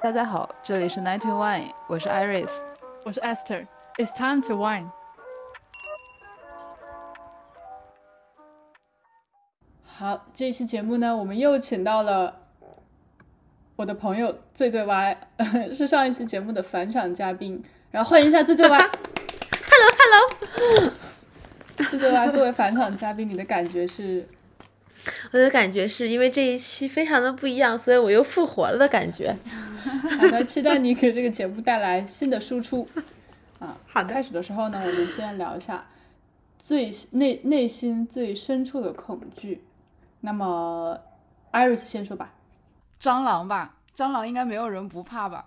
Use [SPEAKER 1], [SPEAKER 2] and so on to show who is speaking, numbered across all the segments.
[SPEAKER 1] 大家好，这里是 Night Wine，我是 Iris。
[SPEAKER 2] 我是 Esther。It's time to wine。好，这一期节目呢，我们又请到了我的朋友醉醉歪， 是上一期节目的返场嘉宾。然后欢迎一下醉醉歪，Hello Hello。醉醉歪作为返场嘉宾，你的感觉是？
[SPEAKER 3] 我的感觉是因为这一期非常的不一样，所以我又复活了的感觉。
[SPEAKER 2] 好的，期待你给这个节目带来新的输出。啊，
[SPEAKER 3] 好的
[SPEAKER 2] 开始的时候呢，我们先聊一下最内内心最深处的恐惧。那么，Iris 先说吧。
[SPEAKER 1] 蟑螂吧，蟑螂应该没有人不怕吧？啊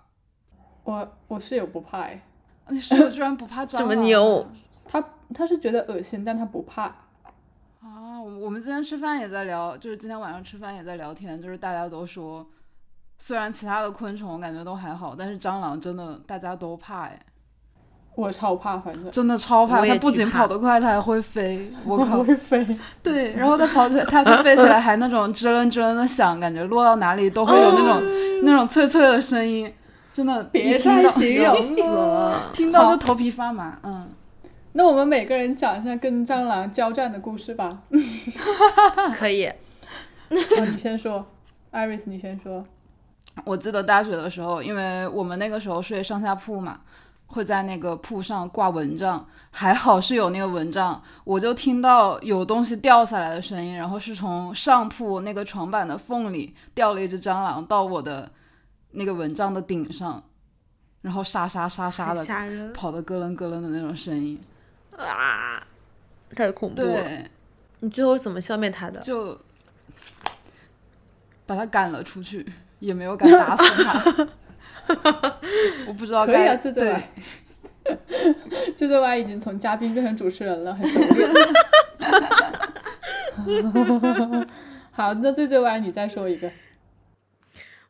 [SPEAKER 2] 我我是有不怕哎，
[SPEAKER 1] 你说我 居然不怕蟑螂？啊
[SPEAKER 3] 这么牛
[SPEAKER 2] 他他是觉得恶心，但他不怕。
[SPEAKER 1] 啊！我我们今天吃饭也在聊，就是今天晚上吃饭也在聊天，就是大家都说，虽然其他的昆虫感觉都还好，但是蟑螂真的大家都怕哎，
[SPEAKER 2] 我超怕，反正
[SPEAKER 1] 真的超怕。
[SPEAKER 3] 我也
[SPEAKER 1] 它不
[SPEAKER 3] 惧
[SPEAKER 1] 仅
[SPEAKER 3] 怕
[SPEAKER 1] 跑得快，它还会飞，我
[SPEAKER 2] 我
[SPEAKER 1] 靠！
[SPEAKER 2] 会飞。
[SPEAKER 1] 对，然后它跑起来，它飞起来还那种吱楞吱楞的响，感觉落到哪里都会有那种那种脆脆的声音，真的
[SPEAKER 2] 哦别
[SPEAKER 1] 一听
[SPEAKER 2] 再
[SPEAKER 1] 到
[SPEAKER 2] 形容了。
[SPEAKER 1] 听到就头皮发麻。嗯，
[SPEAKER 2] 那我们每个人讲一下跟蟑螂交战的故事 吧。
[SPEAKER 3] 可以，
[SPEAKER 2] 啊你先说，Iris，你先说。
[SPEAKER 1] 我记得大学的时候，因为我们那个时候睡上下铺嘛，会在那个铺上挂蚊帐，还好是有那个蚊帐，我就听到有东西掉下来的声音，然后是从上铺那个床板的缝里掉了一只蟑螂到我的那个蚊帐的顶上，然后沙沙沙沙
[SPEAKER 3] 太
[SPEAKER 1] 的
[SPEAKER 3] 吓人
[SPEAKER 1] 跑的咯楞咯楞的那种声音。
[SPEAKER 3] 了啊！太恐怖了！
[SPEAKER 1] 对，
[SPEAKER 3] 你最后怎么消灭它的？
[SPEAKER 1] 就把它赶了出去，也没有敢打死 它。我不知道
[SPEAKER 2] 可以
[SPEAKER 1] 该
[SPEAKER 2] 啊，自对
[SPEAKER 1] 对
[SPEAKER 2] 吧？ 自对吧？已经从嘉宾变成主持人了，很 熟练。好，那最最歪你再说一个，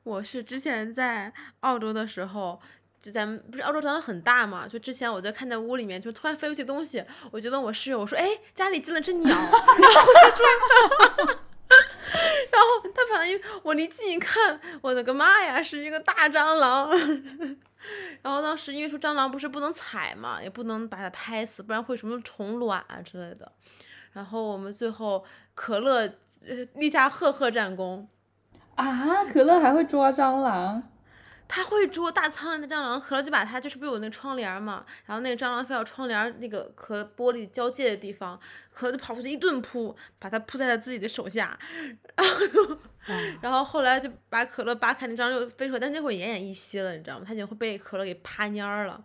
[SPEAKER 3] 我是之前在澳洲的时候，就咱们不是澳洲长得很大嘛，就之前我在看在屋里面，就突然飞出去东西，我就问我室友，我说：“哎，家里进了只鸟。” 然后他说， 然后他反正我离近一看，我的个妈呀，是一个大蟑螂。 然后当时因为说蟑螂不是不能踩嘛，也不能把它拍死，不然会什么虫卵啊之类的。然后我们最后可乐呃立下赫赫战功。
[SPEAKER 2] 啊，可乐还会抓蟑螂，
[SPEAKER 3] 他会捉大苍蝇的蟑螂，可乐就把它就是不是有那个窗帘儿嘛，然后那个蟑螂飞到窗帘儿那个和玻璃交界的地方，可乐就跑出去一顿扑，把它扑在了自己的手下，
[SPEAKER 1] 哎
[SPEAKER 3] 然后后来就把可乐扒开，那蟑螂又飞出来，但是那会儿奄奄一息了，你知道吗？它已经会被可乐给趴蔫儿了，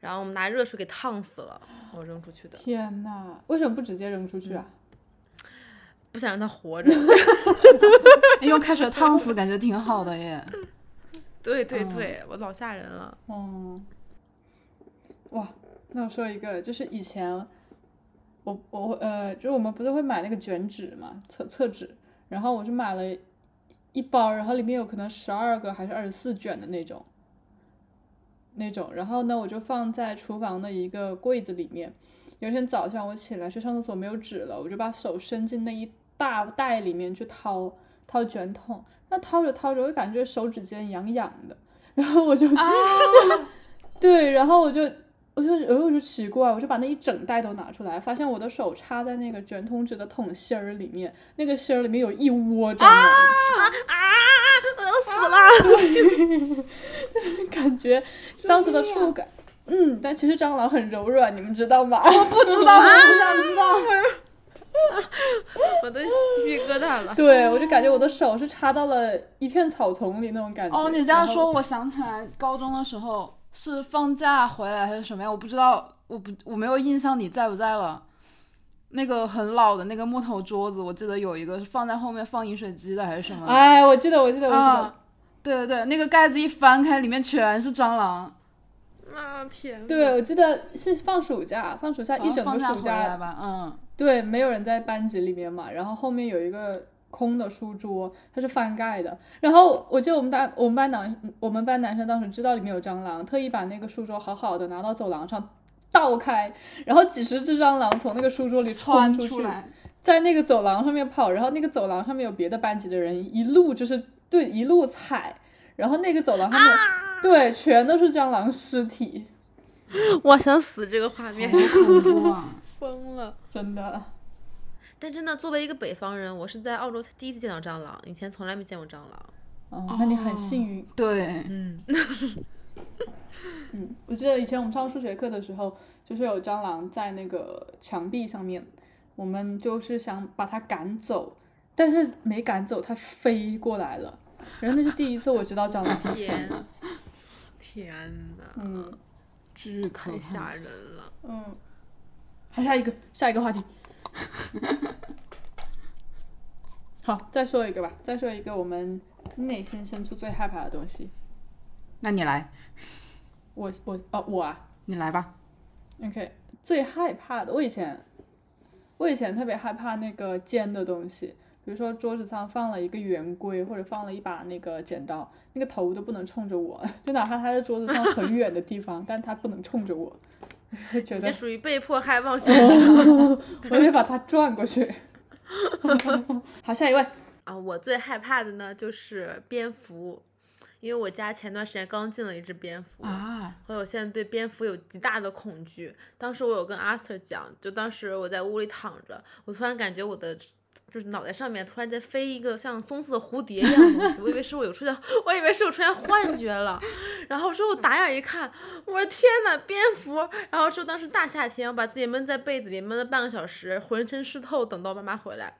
[SPEAKER 3] 然后我们拿热水给烫死了，我扔出去的，
[SPEAKER 2] 天呐，为什么不直接扔出去啊？
[SPEAKER 3] 不想让它活着。
[SPEAKER 1] 用开水烫死，感觉挺好的耶。
[SPEAKER 3] 对对对，我老吓人了。
[SPEAKER 2] 嗯，哇，那我说一个，就是以前我我呃，就是我们不是会买那个卷纸嘛，厕厕纸，然后我是买了一包，然后里面有可能十二个还是二十四卷的那种，那种，然后呢，我就放在厨房的一个柜子里面。有一天早上我起来去上厕所没有纸了，我就把手伸进那一大袋里面去掏掏卷筒，那掏着掏着，我就感觉手指尖痒痒的，然后我就
[SPEAKER 1] 啊，
[SPEAKER 2] 对，然后我就我就哎我我就奇怪，我就把那一整袋都拿出来，发现我的手插在那个卷筒纸的筒芯儿里面，那个芯儿里面有一窝蟑螂，
[SPEAKER 3] 啊！饿死了！
[SPEAKER 2] 感觉当时的触感，嗯，但其实蟑螂很柔软，你们知道吗？
[SPEAKER 1] 不知道，我不想知道。
[SPEAKER 3] 我都鸡皮疙瘩了。
[SPEAKER 2] 对，我就感觉我的手是插到了一片草丛里那种感觉。
[SPEAKER 1] 哦，你这样
[SPEAKER 2] 然后
[SPEAKER 1] 说，我想起来，高中的时候是放假回来还是什么呀？我不知道，我不我没有印象你在不在了。那个很老的那个木头桌子，我记得有一个是放在后面放饮水机的还是什么的？
[SPEAKER 2] 哎，我记得，我记得，我记得，
[SPEAKER 1] 啊，对对对，那个盖子一翻开，里面全是蟑螂。
[SPEAKER 3] 啊天哪！
[SPEAKER 2] 对，我记得是放暑假，放暑假一整
[SPEAKER 1] 好
[SPEAKER 2] 个
[SPEAKER 1] 像哦放假
[SPEAKER 2] 暑
[SPEAKER 1] 回来
[SPEAKER 2] 假，
[SPEAKER 1] 吧，嗯，
[SPEAKER 2] 对，没有人在班级里面嘛，然后后面有一个空的书桌，它是翻盖的。然后我记得我们班我们班男我们班男生当时知道里面有蟑螂，特意把那个书桌好好的拿到走廊上倒开，然后几十只蟑螂从那个书桌里
[SPEAKER 1] 窜
[SPEAKER 2] 冲出去，
[SPEAKER 1] 来，
[SPEAKER 2] 在那个走廊上面跑，然后那个走廊上面有别的班级的人一路就是对一路踩。然后那个走廊上面，
[SPEAKER 1] 啊
[SPEAKER 2] 对，全都是蟑螂尸体，
[SPEAKER 3] 我想死这个画面，
[SPEAKER 1] 恐怖啊！
[SPEAKER 3] 疯了。
[SPEAKER 2] 真的。
[SPEAKER 3] 但真的，作为一个北方人，我是在澳洲才第一次见到蟑螂，以前从来没见过蟑螂。
[SPEAKER 2] 哦，那你很幸
[SPEAKER 1] 啊
[SPEAKER 2] 运。
[SPEAKER 1] 对，
[SPEAKER 3] 嗯，
[SPEAKER 2] 嗯，我记得以前我们上数学课的时候，就是有蟑螂在那个墙壁上面，我们就是想把它赶走，但是没赶走，它飞过来了。然后那是第一次我知道蟑螂飞
[SPEAKER 3] 天，天哪，
[SPEAKER 2] 嗯
[SPEAKER 1] 巨可
[SPEAKER 3] 太
[SPEAKER 1] 怕。
[SPEAKER 3] 吓人了。
[SPEAKER 2] 嗯，好，下一个，下一个话题。 好，再说一个吧，再说一个我们内心深处最害怕的东西。
[SPEAKER 1] 那你来，
[SPEAKER 2] 我我哦我啊，
[SPEAKER 1] 你来吧。
[SPEAKER 2] OK，最害怕的，我以前，我以前特别害怕那个尖的东西，比如说桌子上放了一个圆规，或者放了一把那个剪刀，那个头都不能冲着我， 就哪怕它在桌子上很远的地方，但它不能冲着我， 我觉
[SPEAKER 3] 你
[SPEAKER 2] 得
[SPEAKER 3] 这属于被迫害妄想症
[SPEAKER 2] 我得把它转过去。 好，下一位，
[SPEAKER 3] 啊！我最害怕的呢就是蝙蝠，因为我家前段时间刚进了一只蝙蝠。
[SPEAKER 1] 啊，
[SPEAKER 3] 所以我现在对蝙蝠有极大的恐惧。当时我有跟阿 Sir 讲，就当时我在屋里躺着，我突然感觉我的就是脑袋上面突然间飞一个像棕色的蝴蝶一样的东西，我以为是我有出现，我以为是我出现幻觉了。然后之后打眼一看，我说天呐，蝙蝠！然后之后当时大夏天，我把自己闷在被子里闷了半个小时，浑身湿透，等到妈妈回来。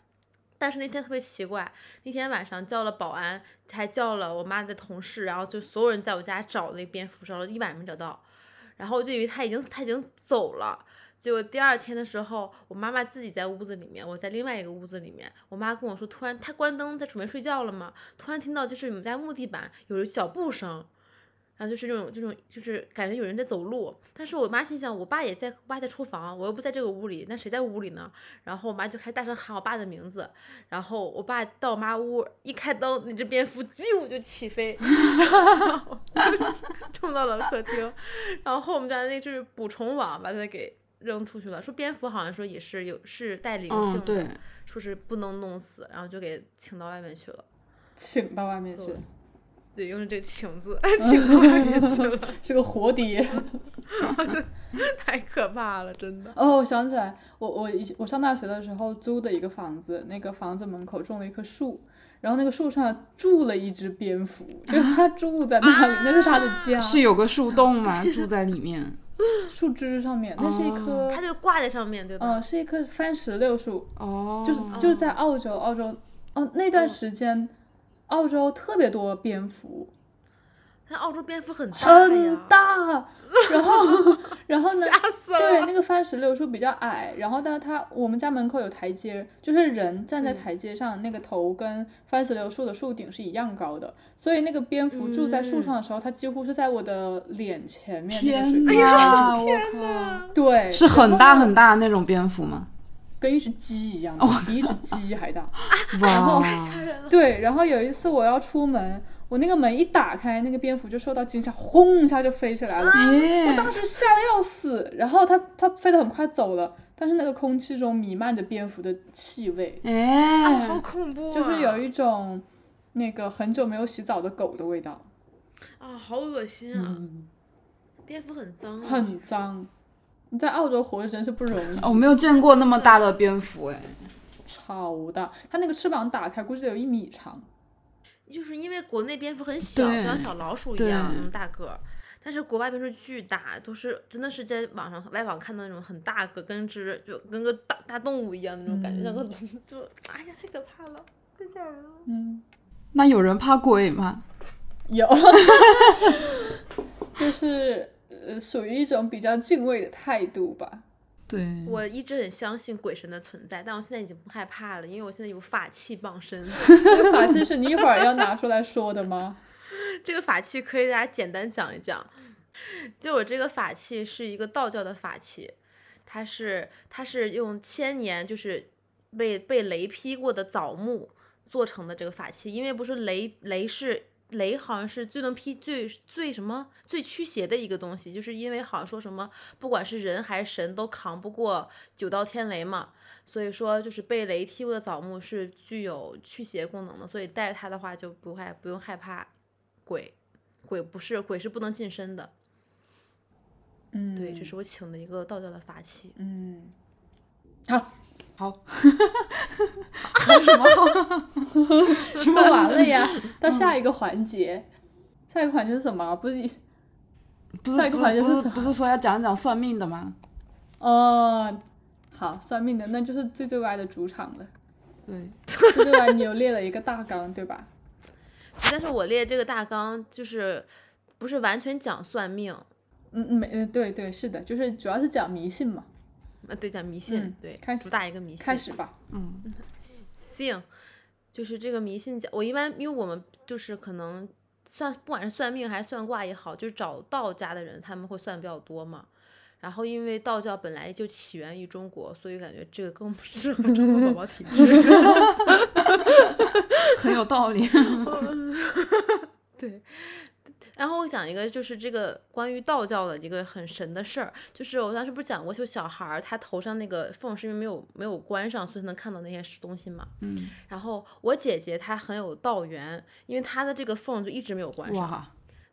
[SPEAKER 3] 但是那天特别奇怪，那天晚上叫了保安，还叫了我妈的同事，然后就所有人在我家找那蝙蝠，找了一晚上没找到，然后我就以为他已经他已经走了。结果第二天的时候，我妈妈自己在屋子里面，我在另外一个屋子里面，我妈跟我说，突然她关灯在准备睡觉了嘛，突然听到就是我们家木地板有脚步声。然后就是这种这种就是感觉有人在走路，但是我妈心想，我爸也在，我爸在厨房，我又不在这个屋里，那谁在屋里呢？然后我妈就开始大声喊我爸的名字，然后我爸到我妈屋一开灯，那只蝙蝠啾就起飞， 然后就冲到了客厅，然后我们家那只捕虫网把它给扔出去了。说蝙蝠好像说也是有是带灵性
[SPEAKER 1] 嗯，
[SPEAKER 3] 的，
[SPEAKER 1] 对，
[SPEAKER 3] 说是不能弄死，然后就给请到外面去了，
[SPEAKER 2] 请到外面去，
[SPEAKER 3] 对，用这个“请”字 请到外面去了，
[SPEAKER 2] 是个活蝶。
[SPEAKER 3] 太可怕了，真的。
[SPEAKER 2] 哦，我想起来，我我以我上大学的时候租的一个房子，那个房子门口种了一棵树，然后那个树上住了一只蝙蝠，就是它住在那里，那是它的家，
[SPEAKER 1] 是有个
[SPEAKER 2] 嗯
[SPEAKER 1] 树洞 吗？住在里面。
[SPEAKER 2] 树枝上面，那是一棵，
[SPEAKER 3] 它就挂在上面，对吧？
[SPEAKER 2] 呃，是一棵番石榴树，
[SPEAKER 1] 哦，
[SPEAKER 2] 就是就是在澳洲，澳洲，哦，那段时间，澳洲特别多蝙蝠，
[SPEAKER 3] 但澳洲蝙蝠很大
[SPEAKER 2] 很
[SPEAKER 3] 呀，
[SPEAKER 2] 大，然后然后呢，
[SPEAKER 3] 吓死
[SPEAKER 2] 对，
[SPEAKER 3] 了。
[SPEAKER 2] 那个番石榴树比较矮，然后但是它我们家门口有台阶，就是人站在
[SPEAKER 3] 嗯
[SPEAKER 2] 台阶上，那个头跟番石榴树的树顶是一样高的，所以那个蝙蝠住在树上的时候，它几乎是在我的脸前面那个水
[SPEAKER 1] 天
[SPEAKER 2] 平。
[SPEAKER 1] 哪！ 我
[SPEAKER 2] 对，
[SPEAKER 1] 靠，是很大哦
[SPEAKER 2] 然后
[SPEAKER 1] 很大的那种蝙蝠吗？
[SPEAKER 2] 跟一只鸡一样的，比一只鸡还大。
[SPEAKER 1] 哇，
[SPEAKER 3] 吓人了！
[SPEAKER 2] 对，然后有一次我要出门，我那个门一打开，那个蝙蝠就受到惊吓，轰一下就飞起来了。
[SPEAKER 3] 啊
[SPEAKER 1] 耶
[SPEAKER 2] 我！当时吓得要死，然后它它飞得很快走了，但是那个空气中弥漫着蝙蝠的气味，
[SPEAKER 3] 啊，
[SPEAKER 1] 哎
[SPEAKER 3] 好，恐怖、啊！
[SPEAKER 2] 就是有一种那个很久没有洗澡的狗的味道，
[SPEAKER 3] 啊，好恶心啊！
[SPEAKER 2] 嗯，
[SPEAKER 3] 蝙蝠很脏、啊，
[SPEAKER 2] 很脏。你在澳洲活着真是不容易，
[SPEAKER 4] 哦
[SPEAKER 1] 我没有见过那么大的蝙蝠，哎，
[SPEAKER 2] 嗯超大，它那个翅膀打开估计得有一米长。
[SPEAKER 3] 就是因为国内蝙蝠很小，就
[SPEAKER 1] 对
[SPEAKER 3] 像小老鼠一样
[SPEAKER 1] 对
[SPEAKER 3] 那么大个儿，但是国外蝙蝠巨大，都是真的是在网上外网看到那种很大个，跟只就跟个大大动物一样那种
[SPEAKER 2] 嗯
[SPEAKER 3] 感觉，像个龙，就哎呀太可怕了，太吓人了。
[SPEAKER 2] 嗯，
[SPEAKER 1] 那有人怕鬼吗？
[SPEAKER 2] 有， 就是呃，属于一种比较敬畏的态度吧。
[SPEAKER 1] 对，
[SPEAKER 3] 我一直很相信鬼神的存在，但我现在已经不害怕了，因为我现在有法器傍身。
[SPEAKER 2] 这个法器是你一会儿要拿出来说的吗？
[SPEAKER 3] 这个法器可以给大家简单讲一讲。就我这个法器是一个道教的法器，它是它是用千年就是被被雷劈过的枣木做成的这个法器，因为不是雷雷是。雷好像是最能劈最最什么最驱邪的一个东西，就是因为好像说什么，不管是人还是神都扛不过九道天雷嘛，所以说就是被雷劈过的枣木是具有驱邪功能的，所以带着它的话就不害不用害怕
[SPEAKER 4] 鬼，鬼不是鬼是不能近身的。
[SPEAKER 2] 嗯，
[SPEAKER 4] 对，这是我请的一个道教的法器。
[SPEAKER 2] 嗯，
[SPEAKER 1] 好，有什么好？
[SPEAKER 2] 说完了呀，到下一个环节，下一个环节是什么啊？不是，
[SPEAKER 1] 不是
[SPEAKER 2] 下一个
[SPEAKER 1] 不
[SPEAKER 2] 环节
[SPEAKER 1] 是
[SPEAKER 2] 是
[SPEAKER 1] 不
[SPEAKER 2] 什
[SPEAKER 1] 是
[SPEAKER 2] 么
[SPEAKER 1] 不是说要讲一讲算命的吗？
[SPEAKER 2] 哦，好，算命的，那就是最最歪的主场了。
[SPEAKER 1] 对，
[SPEAKER 2] 最最歪，你有列了一个大纲，对吧？
[SPEAKER 4] 但是我列这个大纲就是不是完全讲算命，
[SPEAKER 2] 嗯，嗯没，呃对对，是的，就是主要是讲迷信嘛。
[SPEAKER 4] 呃，对，讲迷信，
[SPEAKER 2] 嗯
[SPEAKER 4] 对，
[SPEAKER 2] 开始
[SPEAKER 4] 主打一个迷信。
[SPEAKER 2] 开始吧，
[SPEAKER 1] 嗯，
[SPEAKER 4] 信，就是这个迷信讲，我一般因为我们就是可能算，不管是算命还是算卦也好，就是找道家的人，他们会算比较多嘛。然后因为道教本来就起源于中国，所以感觉这个更不适合中国宝宝体质。
[SPEAKER 1] 很有道理。
[SPEAKER 4] 对。然后我讲一个，就是这个关于道教的一个很神的事儿，就是我当时不是讲过，就小孩儿他头上那个缝是因为没有没有关上，所以才能看到那些东西嘛。
[SPEAKER 1] 嗯，
[SPEAKER 4] 然后我姐姐她很有道缘，因为她的这个缝就一直没有
[SPEAKER 2] 嗯
[SPEAKER 4] 关上，
[SPEAKER 1] 哇，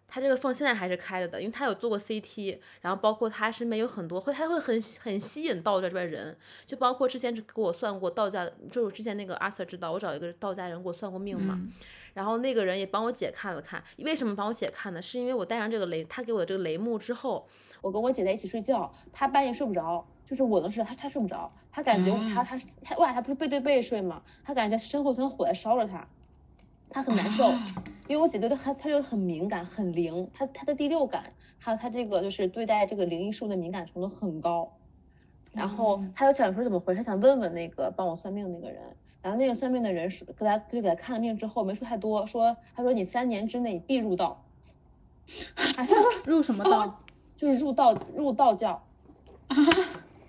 [SPEAKER 4] 她这个缝现在还是开着的，因为她有做过 CT，然后包括她身边有很多会，她会很很吸引道教这边人，就包括之前给我算过道家，就我之前那个阿 Sir 知道，我找一个道家人给我算过命嘛，
[SPEAKER 1] 嗯
[SPEAKER 4] 然后那个人也帮我姐看了看，为什么帮我姐看呢？是因为我戴上这个雷，他给我的这个雷木之后，
[SPEAKER 3] 我跟我姐在一起睡觉，她半夜睡不着，就是我能睡着，她她睡不着，她感觉
[SPEAKER 1] 嗯
[SPEAKER 3] 她她她哇，她不是背对背睡嘛，她感觉身后有团火在烧着她，她很难受，
[SPEAKER 1] 啊
[SPEAKER 3] 因为我姐对她她就很敏感，很灵，她她的第六感还有她这个就是对待这个灵异事物的敏感程度很高，然后她就想说怎么回事，她想问问那个帮我算命那个人。然后那个算命的人说，给他就给他看了命之后，没说太多，说他说你三年之内必入道， 还是
[SPEAKER 2] 入什么道？
[SPEAKER 3] 就是入道入道教。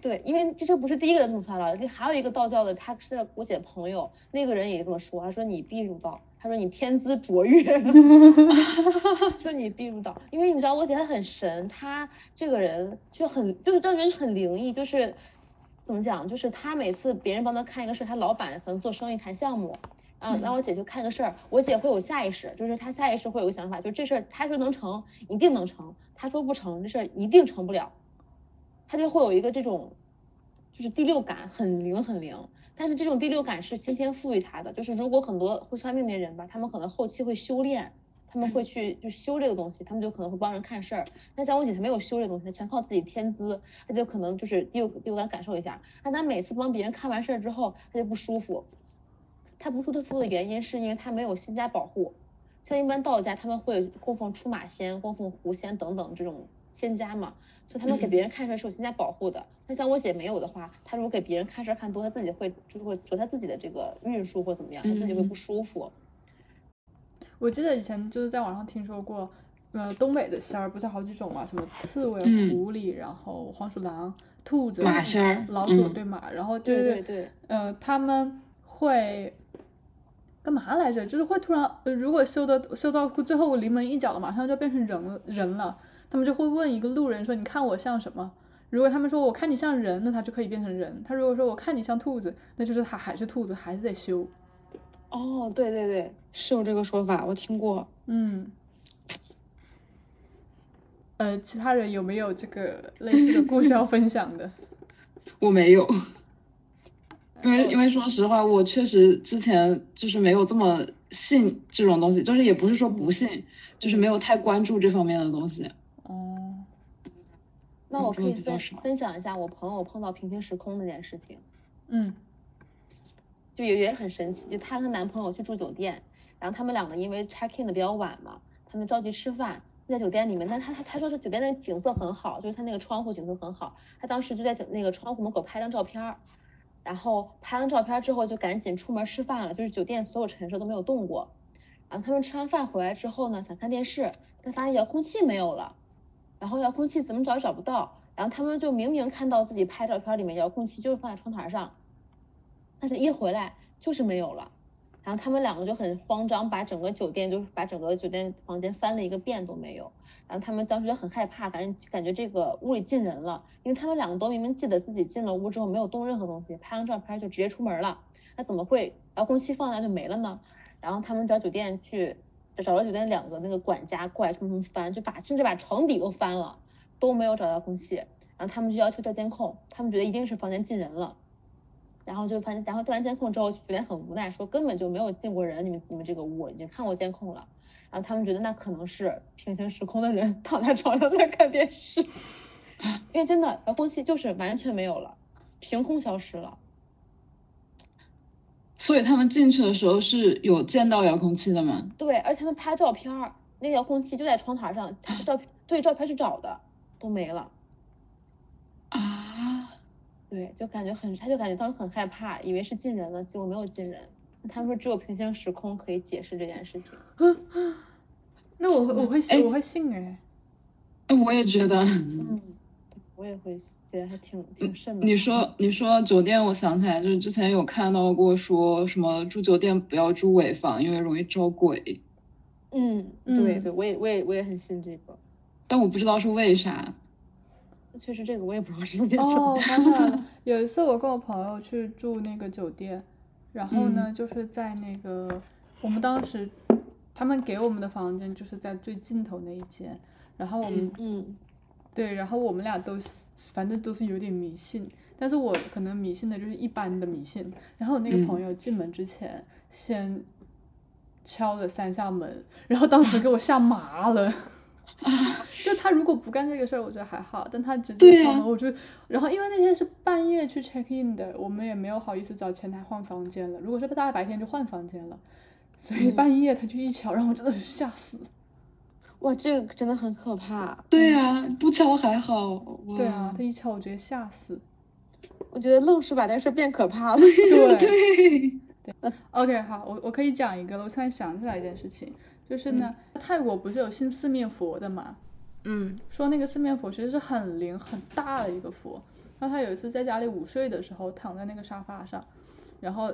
[SPEAKER 3] 对，因为这这不是第一个人这么说了，这还有一个道教的，他是我姐朋友，那个人也这么说，他说你必入道，他说你天资卓越，说你必入道，因为你知道我姐她很神，她这个人就很就是让人很灵异，就是怎么讲，就是她每次别人帮她看一个事儿，她老板可能做生意谈项目，嗯，让我姐去看个事儿，我姐会有下意识，就是她下意识会有个想法，就这事儿她说能成，一定能成；她说不成，这事儿一定成不了。她就会有一个这种，就是第六感很灵很灵，但是这种第六感是先天赋予她的，就是如果很多会算命的人吧，他们可能后期会修炼，他们会去就修这个东西，他们就可能会帮人看事儿。那像我姐她没有修这个东西，她全靠自己天资，她就可能就是第六第六感感受一下。那她每次帮别人看完事儿之后，她就不舒服。她不舒服的原因是因为她没有仙家保护。像一般道家他们会有供奉出马仙、供奉狐仙等等这种仙家嘛，所以他们给别人看事儿是有仙家保护的。那像我姐没有的话，她如果给别人看事儿看多，她自己会就是会折她自己的这个运数或怎么样，她自己会不舒服。
[SPEAKER 2] 我记得以前就是在网上听说过，呃，东北的仙儿不是好几种嘛，什么刺猬、
[SPEAKER 1] 嗯
[SPEAKER 2] 狐狸，然后黄鼠狼、兔子、
[SPEAKER 1] 马仙儿
[SPEAKER 2] 老鼠，
[SPEAKER 1] 嗯
[SPEAKER 2] 对马，然后就
[SPEAKER 3] 对
[SPEAKER 2] 是
[SPEAKER 3] 对对，
[SPEAKER 2] 呃，他们会干嘛来着？就是会突然，呃如果修的修到最后临门一脚了，马上就变成人了人了，他们就会问一个路人说：“你看我像什么？”如果他们说我看你像人，那他就可以变成人；他如果说我看你像兔子，那就是他还是兔子，还是得修。
[SPEAKER 3] 哦，对对对，是有这个说法，我听过。
[SPEAKER 2] 嗯，呃，其他人有没有这个类似的故事要分享的？
[SPEAKER 1] 我没有，因为因为说实话，我确实之前就是没有这么信这种东西，就是也不是说不信，
[SPEAKER 2] 嗯
[SPEAKER 1] 就是没有太关注这方面的东西。
[SPEAKER 2] 哦，
[SPEAKER 3] 那我可以
[SPEAKER 1] 嗯这个比较
[SPEAKER 3] 分
[SPEAKER 1] 少
[SPEAKER 3] 分享一下我朋友碰到平行时空那件事情。
[SPEAKER 2] 嗯
[SPEAKER 3] 就也也很神奇，就她跟男朋友去住酒店，然后他们两个因为 check in 的比较晚嘛，他们着急吃饭，在酒店里面，但她她她说是酒店的景色很好，就是她那个窗户景色很好，她当时就在景那个窗户门口拍张照片儿，然后拍完照片之后就赶紧出门吃饭了，就是酒店所有陈设都没有动过，然后他们吃完饭回来之后呢，想看电视，但发现遥控器没有了，然后遥控器怎么找也找不到，然后他们就明明看到自己拍照片里面遥控器就是放在窗台上，但是一回来就是没有了，然后他们两个就很慌张，把整个酒店就是把整个酒店房间翻了一个遍都没有，然后他们当时就很害怕，感觉感觉这个屋里进人了，因为他们两个都明明记得自己进了屋之后没有动任何东西，拍张照片就直接出门了，那怎么会遥控器放那就没了呢？然后他们找酒店去找了酒店两个那个管家过来冲冲翻，就把甚至把床底都翻了，都没有找到空隙。然后他们就要求调监控，他们觉得一定是房间进人了。然后就发现，然后调完监控之后，酒店很无奈，说根本就没有进过人，你们你们这个屋已经看过监控了。然后他们觉得那可能是平行时空的人躺在床上在看电视，因为真的遥控器就是完全没有了，凭空消失了。
[SPEAKER 1] 所以他们进去的时候是有见到遥控器的吗？
[SPEAKER 3] 对，而且他们拍照片儿，那个遥控器就在窗台上，他照片对照片去找的都没了。
[SPEAKER 1] 啊，
[SPEAKER 3] 对，就感觉很，他就感觉当时很害怕，以为是进人了，结果没有进人。他们说只有平行时空可以解释这件事情。
[SPEAKER 2] 那我会我会信
[SPEAKER 1] 哎
[SPEAKER 2] 我会信哎，
[SPEAKER 1] 哎我也觉得。
[SPEAKER 3] 嗯，对我也会觉得还挺挺慎的。
[SPEAKER 1] 嗯你说你说酒店，我想起来就是之前有看到过说什么住酒店不要住尾房，因为容易招鬼，
[SPEAKER 3] 嗯，对
[SPEAKER 2] 嗯
[SPEAKER 3] 对，我也我也我也很信这个。
[SPEAKER 1] 但我不知道是为啥。
[SPEAKER 3] 确实，这个我也不知道是为什么。
[SPEAKER 2] 哦，我想起来了，有一次我跟我朋友去住那个酒店，然后呢，就是在那个我们当时他们给我们的房间就是在最尽头那一间，然后我们、
[SPEAKER 3] 嗯
[SPEAKER 2] 对，然后我们俩都是反正都是有点迷信，但是我可能迷信的就是一般的迷信。然后我那
[SPEAKER 1] 嗯
[SPEAKER 2] 个朋友进门之前、先敲了三下门，然后当时给我吓麻了。 就他如果不干这个事儿，我觉得还好，但他直接
[SPEAKER 1] 对
[SPEAKER 2] 敲
[SPEAKER 1] 啊
[SPEAKER 2] 门，我就，然后因为那天是半夜去 check in 的，我们也没有好意思找前台换房间了。如果是大白天就换房间了，所以
[SPEAKER 3] 嗯
[SPEAKER 2] 半夜他就一敲，让我真的吓死。
[SPEAKER 3] 哇，这个真的很可怕。
[SPEAKER 1] 对啊，不敲还好。哇
[SPEAKER 2] 对啊，他一敲我直接吓死。
[SPEAKER 3] 我觉得愣是把这事儿变可怕了。
[SPEAKER 2] 对。
[SPEAKER 1] 对，
[SPEAKER 2] OK，好，我我可以讲一个了。我突然想起来一件事情，就是呢，泰国不是有信四面佛的嘛？
[SPEAKER 1] 嗯
[SPEAKER 2] 说那个四面佛其实是很灵很大的一个佛。然后他有一次在家里午睡的时候，躺在那个沙发上，然后，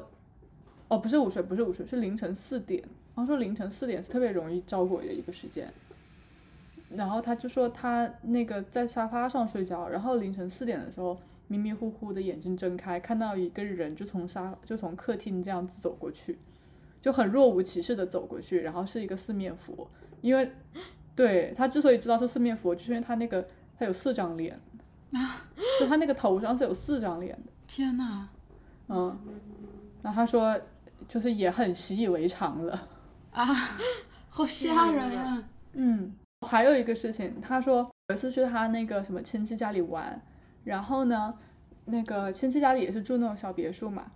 [SPEAKER 2] 哦，不是午睡，不是午睡，是凌晨四点。然后说凌晨四点是特别容易招鬼的一个时间。然后他就说他那个在沙发上睡觉，然后凌晨四点的时候迷迷糊糊的眼睛睁开，看到一个人就从沙就从客厅这样子走过去，就很若无其事的走过去，然后是一个四面佛，因为对他之所以知道是四面佛，就是因为他那个他有四张脸，就他那个头上是有四张脸的，
[SPEAKER 1] 天哪！
[SPEAKER 2] 嗯，然后他说就是也很习以为常了。
[SPEAKER 1] 啊，好吓人啊！
[SPEAKER 2] 嗯，还有一个事情，他说有一次去他那个什么亲戚家里玩，然后呢，那个亲戚家里也是住那种小别墅嘛，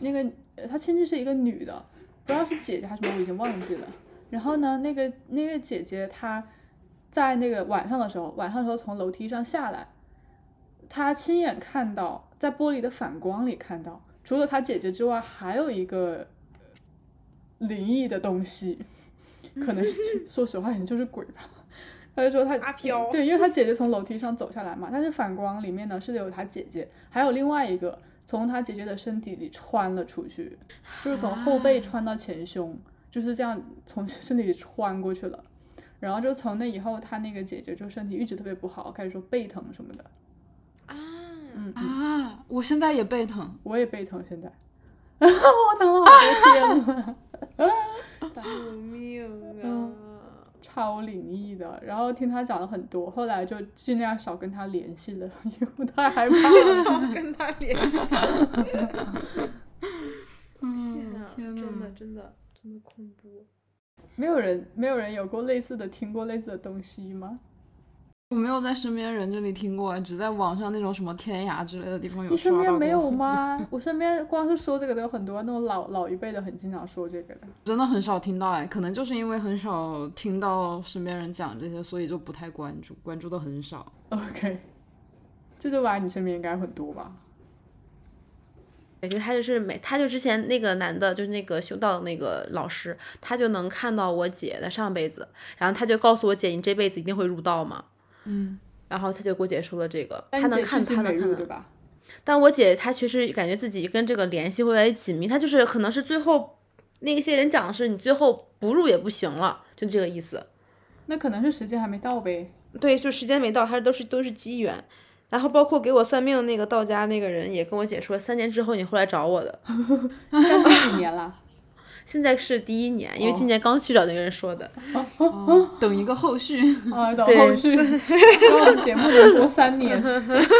[SPEAKER 2] 那个呃他亲戚是一个女的，不知道是姐姐还是什么，我已经忘记了。然后呢，那个那个姐姐她在那个晚上的时候，晚上的时候从楼梯上下来，她亲眼看到在玻璃的反光里看到，除了她姐姐之外，还有一个呃灵异的东西。
[SPEAKER 4] 嗯
[SPEAKER 2] 可能是说实话，也就是鬼 吧。他就说他
[SPEAKER 4] 阿飘
[SPEAKER 2] 对，因为他姐姐从楼梯上走下来嘛，但是反光里面呢是有他姐姐，还有另外一个从他姐姐的身体里穿了出去，就是从后背穿到前胸，就是这样从身体里穿过去了。然后就从那以后，他那个姐姐就身体一直特别不好，开始说背疼什么的。
[SPEAKER 4] 啊，
[SPEAKER 2] 嗯，嗯
[SPEAKER 1] 啊，我现在也背疼。
[SPEAKER 2] 我也背疼，现在 我疼了好多天了。
[SPEAKER 4] 救命 啊！
[SPEAKER 2] 超灵异的，然后听他讲了很多，后来就尽量少跟他联系了， 因为我太害怕了。
[SPEAKER 4] 要跟他连系。天
[SPEAKER 1] 嗯
[SPEAKER 4] 呐，
[SPEAKER 1] 天哪！
[SPEAKER 4] 真的真的真的恐怖。
[SPEAKER 2] 没有人，没有人有过类似的，听过类似的东西吗？
[SPEAKER 1] 我没有在身边人这里听过，只在网上那种什么天涯之类的地方有
[SPEAKER 2] 你
[SPEAKER 1] 刷到
[SPEAKER 2] 身
[SPEAKER 1] 过。
[SPEAKER 2] 边没有吗？ 我身边光是说这个的有很多，那种老老一辈的很经常说这个的。
[SPEAKER 1] 真的很少听到哎，可能就是因为很少听到身边人讲这些，所以就不太关注，关注的很少。
[SPEAKER 2] OK，这就吧，你身边应该很多吧？
[SPEAKER 4] 感觉他就是每，他就之前那个男的，就是那个修道的那个老师，他就能看到我姐的上辈子，然后他就告诉我姐，你这辈子一定会入道嘛。
[SPEAKER 1] 嗯，
[SPEAKER 4] 然后他就给我姐说了这个，
[SPEAKER 2] 但
[SPEAKER 4] 他
[SPEAKER 2] 你
[SPEAKER 4] 能
[SPEAKER 2] 姐
[SPEAKER 4] 看，
[SPEAKER 2] 至今
[SPEAKER 4] 他
[SPEAKER 2] 没
[SPEAKER 4] 能看
[SPEAKER 2] 入对
[SPEAKER 4] 到。
[SPEAKER 2] 吧？
[SPEAKER 4] 但我姐她其实感觉自己跟这个联系会越来越紧密，她就是可能是最后那些人讲的是你最后不入也不行了，就这个意思。
[SPEAKER 2] 那可能是时间还没到 呗。
[SPEAKER 4] 对，就时间没到，他都是都是机缘。然后包括给我算命那个道家那个人也跟我姐说，三年之后你会来找我的。
[SPEAKER 2] 现在几年了？
[SPEAKER 4] 现在是第一年，因为今年刚去找那个人说 的。
[SPEAKER 1] 哦等一个后续。
[SPEAKER 2] 啊，等
[SPEAKER 4] 对
[SPEAKER 2] 后续，希 望节目能播三年。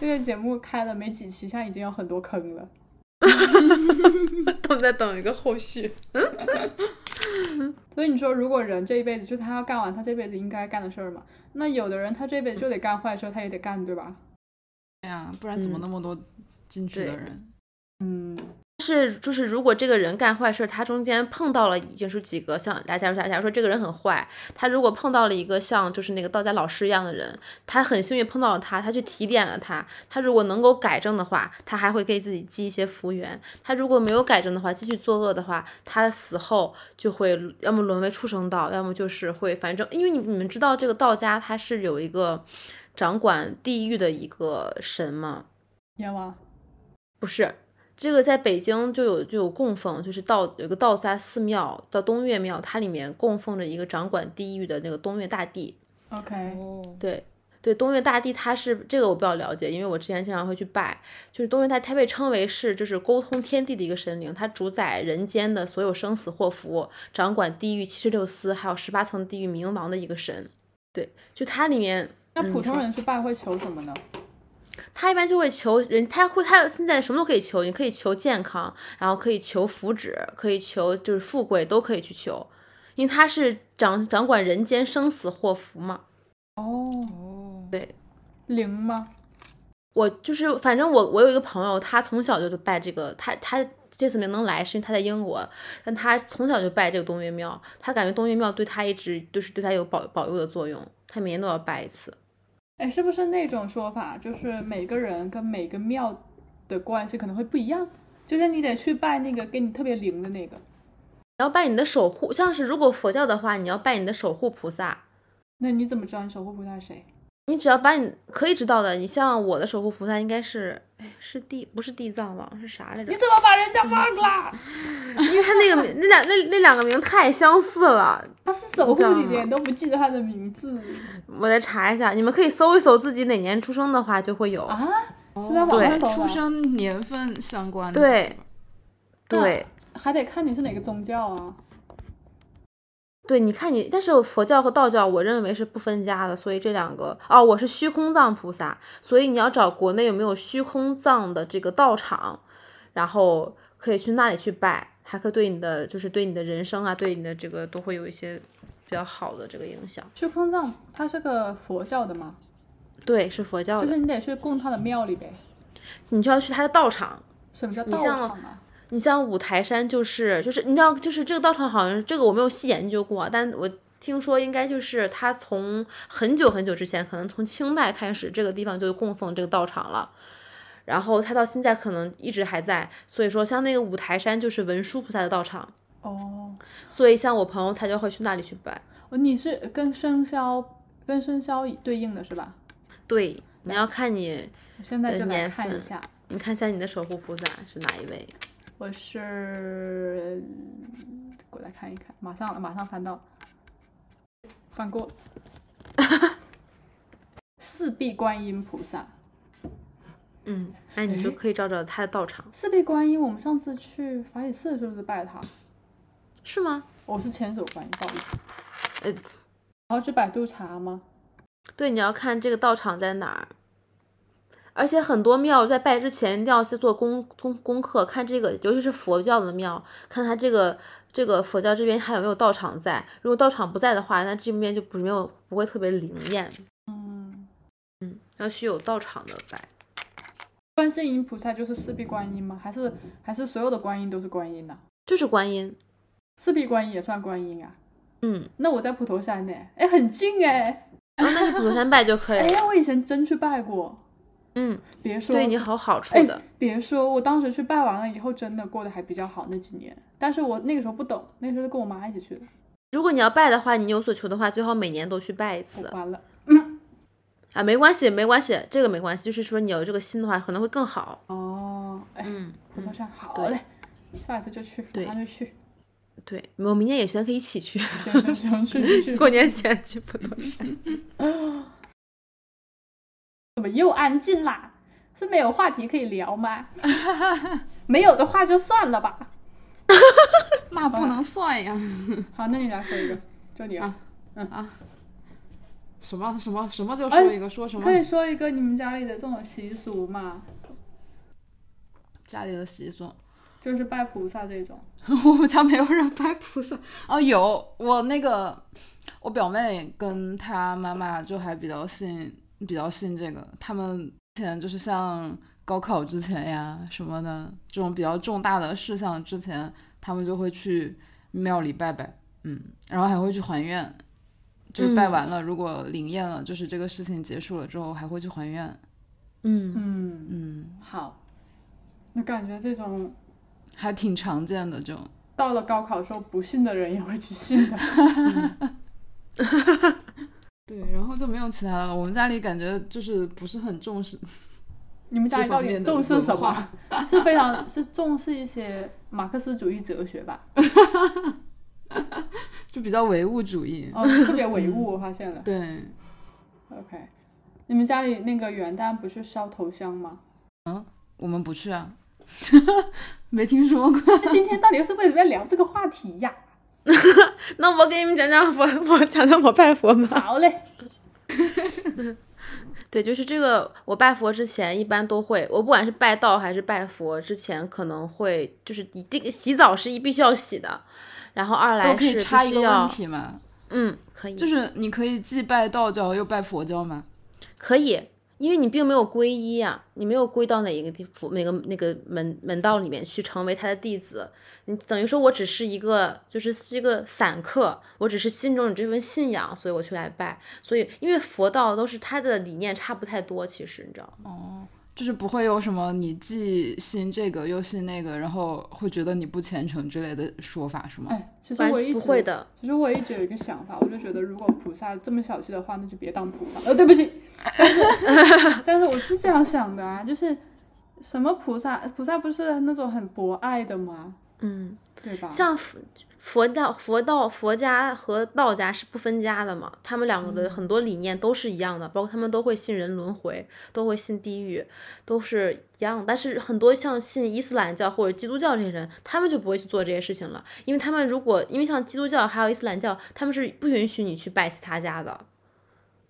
[SPEAKER 2] 这个节目开了没几期，现在已经有很多坑了。
[SPEAKER 4] 都在等一个后续。
[SPEAKER 2] 所以你说，如果人这一辈子就他要干完他这辈子应该干的事儿嘛，那有的人他这辈子就得干坏事，他也得干，对吧？
[SPEAKER 1] 对呀，啊不然怎么
[SPEAKER 4] 嗯
[SPEAKER 1] 那么多进去
[SPEAKER 4] 对
[SPEAKER 1] 的人？
[SPEAKER 2] 嗯，
[SPEAKER 4] 但是就是，如果这个人干坏事儿，他中间碰到了也是几个像，来假如假假如说这个人很坏，他如果碰到了一个像就是那个道家老师一样的人，他很幸运碰到了他，他去提点了他，他如果能够改正的话，他还会给自己积一些福缘；他如果没有改正的话，继续作恶的话，他死后就会要么沦为畜生道，要么就是会反正因为你你们知道这个道家他是有一个掌管地狱的一个神嘛，
[SPEAKER 2] 阎王，
[SPEAKER 4] 不是，这个在北京就有就有供奉，就是道有个道家寺庙叫东岳庙，它里面供奉着一个掌管地狱的那个东岳大帝。
[SPEAKER 2] OK，
[SPEAKER 1] 哦，
[SPEAKER 4] 对对，东岳大帝他是这个我比较了解，因为我之前经常会去拜。就是东岳大帝，他被称为是就是沟通天地的一个神灵，他主宰人间的所有生死祸福，掌管地狱七十六司，还有十八层地狱冥王的一个神。对，就它里面，
[SPEAKER 2] 那
[SPEAKER 4] 嗯
[SPEAKER 2] 普
[SPEAKER 4] 你
[SPEAKER 2] 通
[SPEAKER 4] 说
[SPEAKER 2] 人去拜会求什么呢？
[SPEAKER 4] 他一般就会求人，他会他现在什么都可以求，你可以求健康，然后可以求福祉，可以求就是富贵，都可以去求，因为他是掌掌管人间生死祸福嘛。
[SPEAKER 2] 哦，
[SPEAKER 1] 哦，
[SPEAKER 2] 灵吗？
[SPEAKER 4] 我就是，反正我我有一个朋友，他从小就拜这个，他他这次没能来，是因为他在英国，但他从小就拜这个东岳庙，他感觉东岳庙对他一直就是对他有保保佑的作用，他每年都要拜一次。
[SPEAKER 2] 哎，是不是那种说法，就是每个人跟每个庙的关系可能会不一样？就是你得去拜那个给你特别灵的那个，
[SPEAKER 4] 你要拜你的守护，像是如果佛教的话，你要拜你的守护菩萨，
[SPEAKER 2] 那你怎么知道你守护菩萨是谁？
[SPEAKER 4] 你只要把你可以知道的，你像我的守护菩萨应该是，哎，是地不是地藏王是啥来着
[SPEAKER 2] 你？怎么把人家忘了？
[SPEAKER 4] 因为他那个名那两那那两个名太相似了，
[SPEAKER 2] 他是守护你的，你都不记得他的名字
[SPEAKER 4] 我再查一下，你们可以搜一搜自己哪年出生的话就会有。
[SPEAKER 2] 啊？是在网上
[SPEAKER 1] 跟
[SPEAKER 2] 搜
[SPEAKER 1] 出
[SPEAKER 2] 的，
[SPEAKER 1] 生年份相关的。
[SPEAKER 4] 对
[SPEAKER 1] 吧，
[SPEAKER 4] 对
[SPEAKER 2] 还得看你是哪个宗教啊。
[SPEAKER 4] 对，你看你，但是佛教和道教我认为是不分家的，所以这两个哦，我是虚空藏菩萨，所以你要找国内有没有虚空藏的这个道场，然后可以去那里去拜，还可以对你的就是对你的人生啊，对你的这个都会有一些比较好的这个影响。
[SPEAKER 2] 去空藏，它是个佛教的嘛，
[SPEAKER 4] 对，是佛教
[SPEAKER 2] 就是
[SPEAKER 4] 的，
[SPEAKER 2] 你得去供他的庙里呗。
[SPEAKER 4] 你就要去他的道场。
[SPEAKER 2] 什么叫
[SPEAKER 4] 你
[SPEAKER 2] 道
[SPEAKER 4] 像
[SPEAKER 2] 场啊？
[SPEAKER 4] 你像五台山就是就是你知道就是这个道场好像是这个我没有细研究过啊，但我听说应该就是他从很久很久之前，可能从清代开始，这个地方就供奉这个道场了。然后他到现在可能一直还在，所以说像那个五台山就是文殊菩萨的道场，
[SPEAKER 2] 哦，
[SPEAKER 4] 所以像我朋友他就会去那里去拜。
[SPEAKER 2] 你是跟生肖跟生肖对应的是吧？
[SPEAKER 4] 对，你要看你
[SPEAKER 2] 我现在
[SPEAKER 4] 对
[SPEAKER 2] 就来
[SPEAKER 4] 年
[SPEAKER 2] 看一
[SPEAKER 4] 份
[SPEAKER 2] 下，
[SPEAKER 4] 你看一下你的守护菩萨是哪一位。
[SPEAKER 2] 我是过来看一看，马上马上翻到，翻过，四臂观音菩萨。
[SPEAKER 4] 嗯，那你就
[SPEAKER 2] 诶
[SPEAKER 4] 可以找找他的道场，
[SPEAKER 2] 四臂观音，我们上次去法喜寺是不是拜他？
[SPEAKER 4] 是吗？
[SPEAKER 2] 我是千手观音，不好意思。
[SPEAKER 4] 呃，
[SPEAKER 2] 然后去百度查吗？
[SPEAKER 4] 对，你要看这个道场在哪儿。而且很多庙在拜之前一定要先做功功功课，看这个，尤其是佛教的庙，看它这个这个佛教这边还有没有道场在。如果道场不在的话，那这边就不没有不会特别灵验，
[SPEAKER 2] 嗯，
[SPEAKER 4] 要去有道场的拜。
[SPEAKER 2] 观世音菩萨就是四臂观音吗？还是还是所有的观音都是观音呐、啊
[SPEAKER 4] 就是观音，
[SPEAKER 2] 四臂观音也算观音啊？
[SPEAKER 4] 嗯，
[SPEAKER 2] 那我在普陀山呢，哎，很近哎，
[SPEAKER 4] 然后那去普陀山拜就可以
[SPEAKER 2] 哎
[SPEAKER 4] 了。
[SPEAKER 2] 呀，我以前真去拜过，
[SPEAKER 4] 嗯，
[SPEAKER 2] 别哎说
[SPEAKER 4] 对你好好处
[SPEAKER 2] 哎
[SPEAKER 4] 的。
[SPEAKER 2] 别说，我当时去拜完了以后，真的过得还比较好那几年，但是我那个时候不懂，那个时候是跟我妈一起去的，
[SPEAKER 4] 如果你要拜的话，你有所求的话，最好每年都去拜一次
[SPEAKER 2] 我完了，
[SPEAKER 4] 啊，没关系，没关系，这个没关系，就是说你有这个心的话，可能会更好。
[SPEAKER 2] 哦，哎，
[SPEAKER 4] 嗯，
[SPEAKER 2] 普陀
[SPEAKER 4] 嗯
[SPEAKER 2] 山好
[SPEAKER 4] 对
[SPEAKER 2] 嘞，下一次就去，马
[SPEAKER 4] 对
[SPEAKER 2] 上就去，
[SPEAKER 4] 对，我明年有时间可以一 起去。
[SPEAKER 2] 行行行，去去去，
[SPEAKER 4] 过年前去普陀山。
[SPEAKER 2] 怎么又安 静啦？是没有话题可以聊吗？没有的话就算了吧。
[SPEAKER 1] 那不能算呀！
[SPEAKER 2] 好，那你来说一个，就你了
[SPEAKER 1] 啊。什么什么什么就
[SPEAKER 2] 哎
[SPEAKER 1] 说一个，说什么
[SPEAKER 2] 可以说一个你们家里的这种习俗嘛，
[SPEAKER 1] 家里的习俗。
[SPEAKER 2] 就是拜菩萨这种。
[SPEAKER 1] 我们家没有人拜菩萨哦，有我那个我表妹跟她妈妈就还比较信，比较信这个。他们之前就是像高考之前呀什么的这种比较重大的事项之前，他们就会去庙里拜拜，嗯，然后还会去还愿。就是拜
[SPEAKER 4] 嗯
[SPEAKER 1] 完了，如果灵验了，就是这个事情结束了之后，还会去还愿。
[SPEAKER 4] 嗯，
[SPEAKER 2] 嗯，
[SPEAKER 1] 嗯，
[SPEAKER 2] 好。那感觉这种
[SPEAKER 1] 还挺常见的这种。
[SPEAKER 2] 到了高考时候不信的人也会去信的。
[SPEAKER 1] 对，然后就没有其他的了。我们家里感觉就是不是很重视，
[SPEAKER 2] 你们家里到底重视什
[SPEAKER 1] 这方
[SPEAKER 2] 么？是非常是重视一些马克思主义哲学吧？
[SPEAKER 1] 就比较唯物主义。
[SPEAKER 2] 哦，特别唯物，我发现 了。
[SPEAKER 1] 对，
[SPEAKER 2] OK，你们家里那个元旦不是烧头香 吗？
[SPEAKER 1] 我们不去啊， 没听说过。
[SPEAKER 2] 那今天到底是为什么要聊这个话题呀？
[SPEAKER 4] 那我给你们讲讲佛，我讲讲我拜佛 吧。
[SPEAKER 2] 好嘞，
[SPEAKER 4] 对，就是这个，我拜佛之前一般都会，我不管是拜道还是拜佛之前，可能会就是一定洗澡是一必须要洗的，然后二
[SPEAKER 1] 我
[SPEAKER 4] 来
[SPEAKER 1] 哦可以
[SPEAKER 4] 哎是
[SPEAKER 1] 插
[SPEAKER 4] 必
[SPEAKER 1] 一
[SPEAKER 4] 须
[SPEAKER 1] 个问
[SPEAKER 4] 要，
[SPEAKER 1] 题吗？
[SPEAKER 4] 嗯，可以，
[SPEAKER 1] 就是你可以既拜道教又拜佛教吗？
[SPEAKER 4] 可以，因为你并没有皈依啊，你没有皈到哪一个地佛哪个那个门门道里面去成为他的弟子，你等于说我只是一个就是是一个散客，我只是心中有这份信仰，所以我去来拜，所以因为佛道都是他的理念差不太多，其实你知道
[SPEAKER 1] 哦，
[SPEAKER 4] 吗？
[SPEAKER 1] 就是不会有什么你既信这个又信那个，然后会觉得你不虔诚之类的说法是吗？
[SPEAKER 2] 哎，其实
[SPEAKER 4] 完
[SPEAKER 2] 我一直
[SPEAKER 4] 不会的，
[SPEAKER 2] 其实我一直有一个想法，我就觉得如果菩萨这么小气的话，那就别当菩萨了。呃，对不起，但 是但是我是这样想的啊，就是什么菩萨，菩萨不是那种很博爱的吗？
[SPEAKER 4] 嗯。
[SPEAKER 2] 对吧？
[SPEAKER 4] 像佛佛教、佛道、佛家和道家是不分家的嘛，他们两个的很多理念都是一样的，包括他们都会信人轮回，都会信地狱，都是一样的。但是很多像信伊斯兰教或者基督教这些人，他们就不会去做这些事情了，因为他们如果因为像基督教还有伊斯兰教，他们是不允许你去拜其他家的，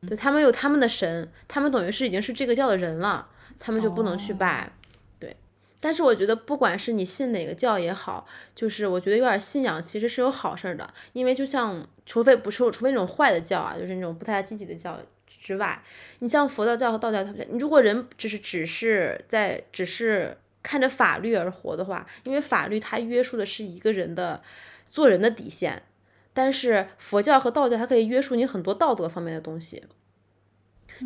[SPEAKER 4] 对他们有他们的神，他们等于是已经是这个教的人了，他们就不能去
[SPEAKER 1] 哦
[SPEAKER 4] 拜。对，但是我觉得，不管是你信哪个教也好，就是我觉得有点信仰其实是有好事儿的，因为就像除非不是除非那种坏的教啊，就是那种不太积极的教之外，你像佛道教和道教，它们你如果人只是只是在只是看着法律而活的话，因为法律它约束的是一个人的做人的底线，但是佛教和道教它可以约束你很多道德方面的东西。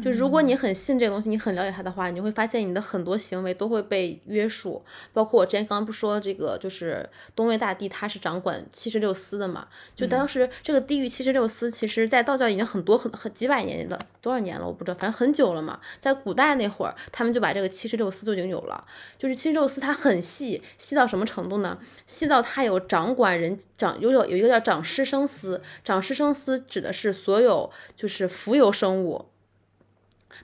[SPEAKER 4] 就如果你很信这个东西，你很了解它的话，你会发现你的很多行为都会被约束。包括我之前刚刚不说这个，就是东岳大帝他是掌管七十六司的嘛，就当时这个地狱七十六司，其实在道教已经很多很很几百年了，多少年了我不知道，反正很久了嘛。在古代那会儿，他们就把这个七十六司就已经有了。就是七十六司它很细，细到什么程度呢？细到它有掌管人掌有有有一个叫掌师生司，掌师生司指的是所有就是浮游生物，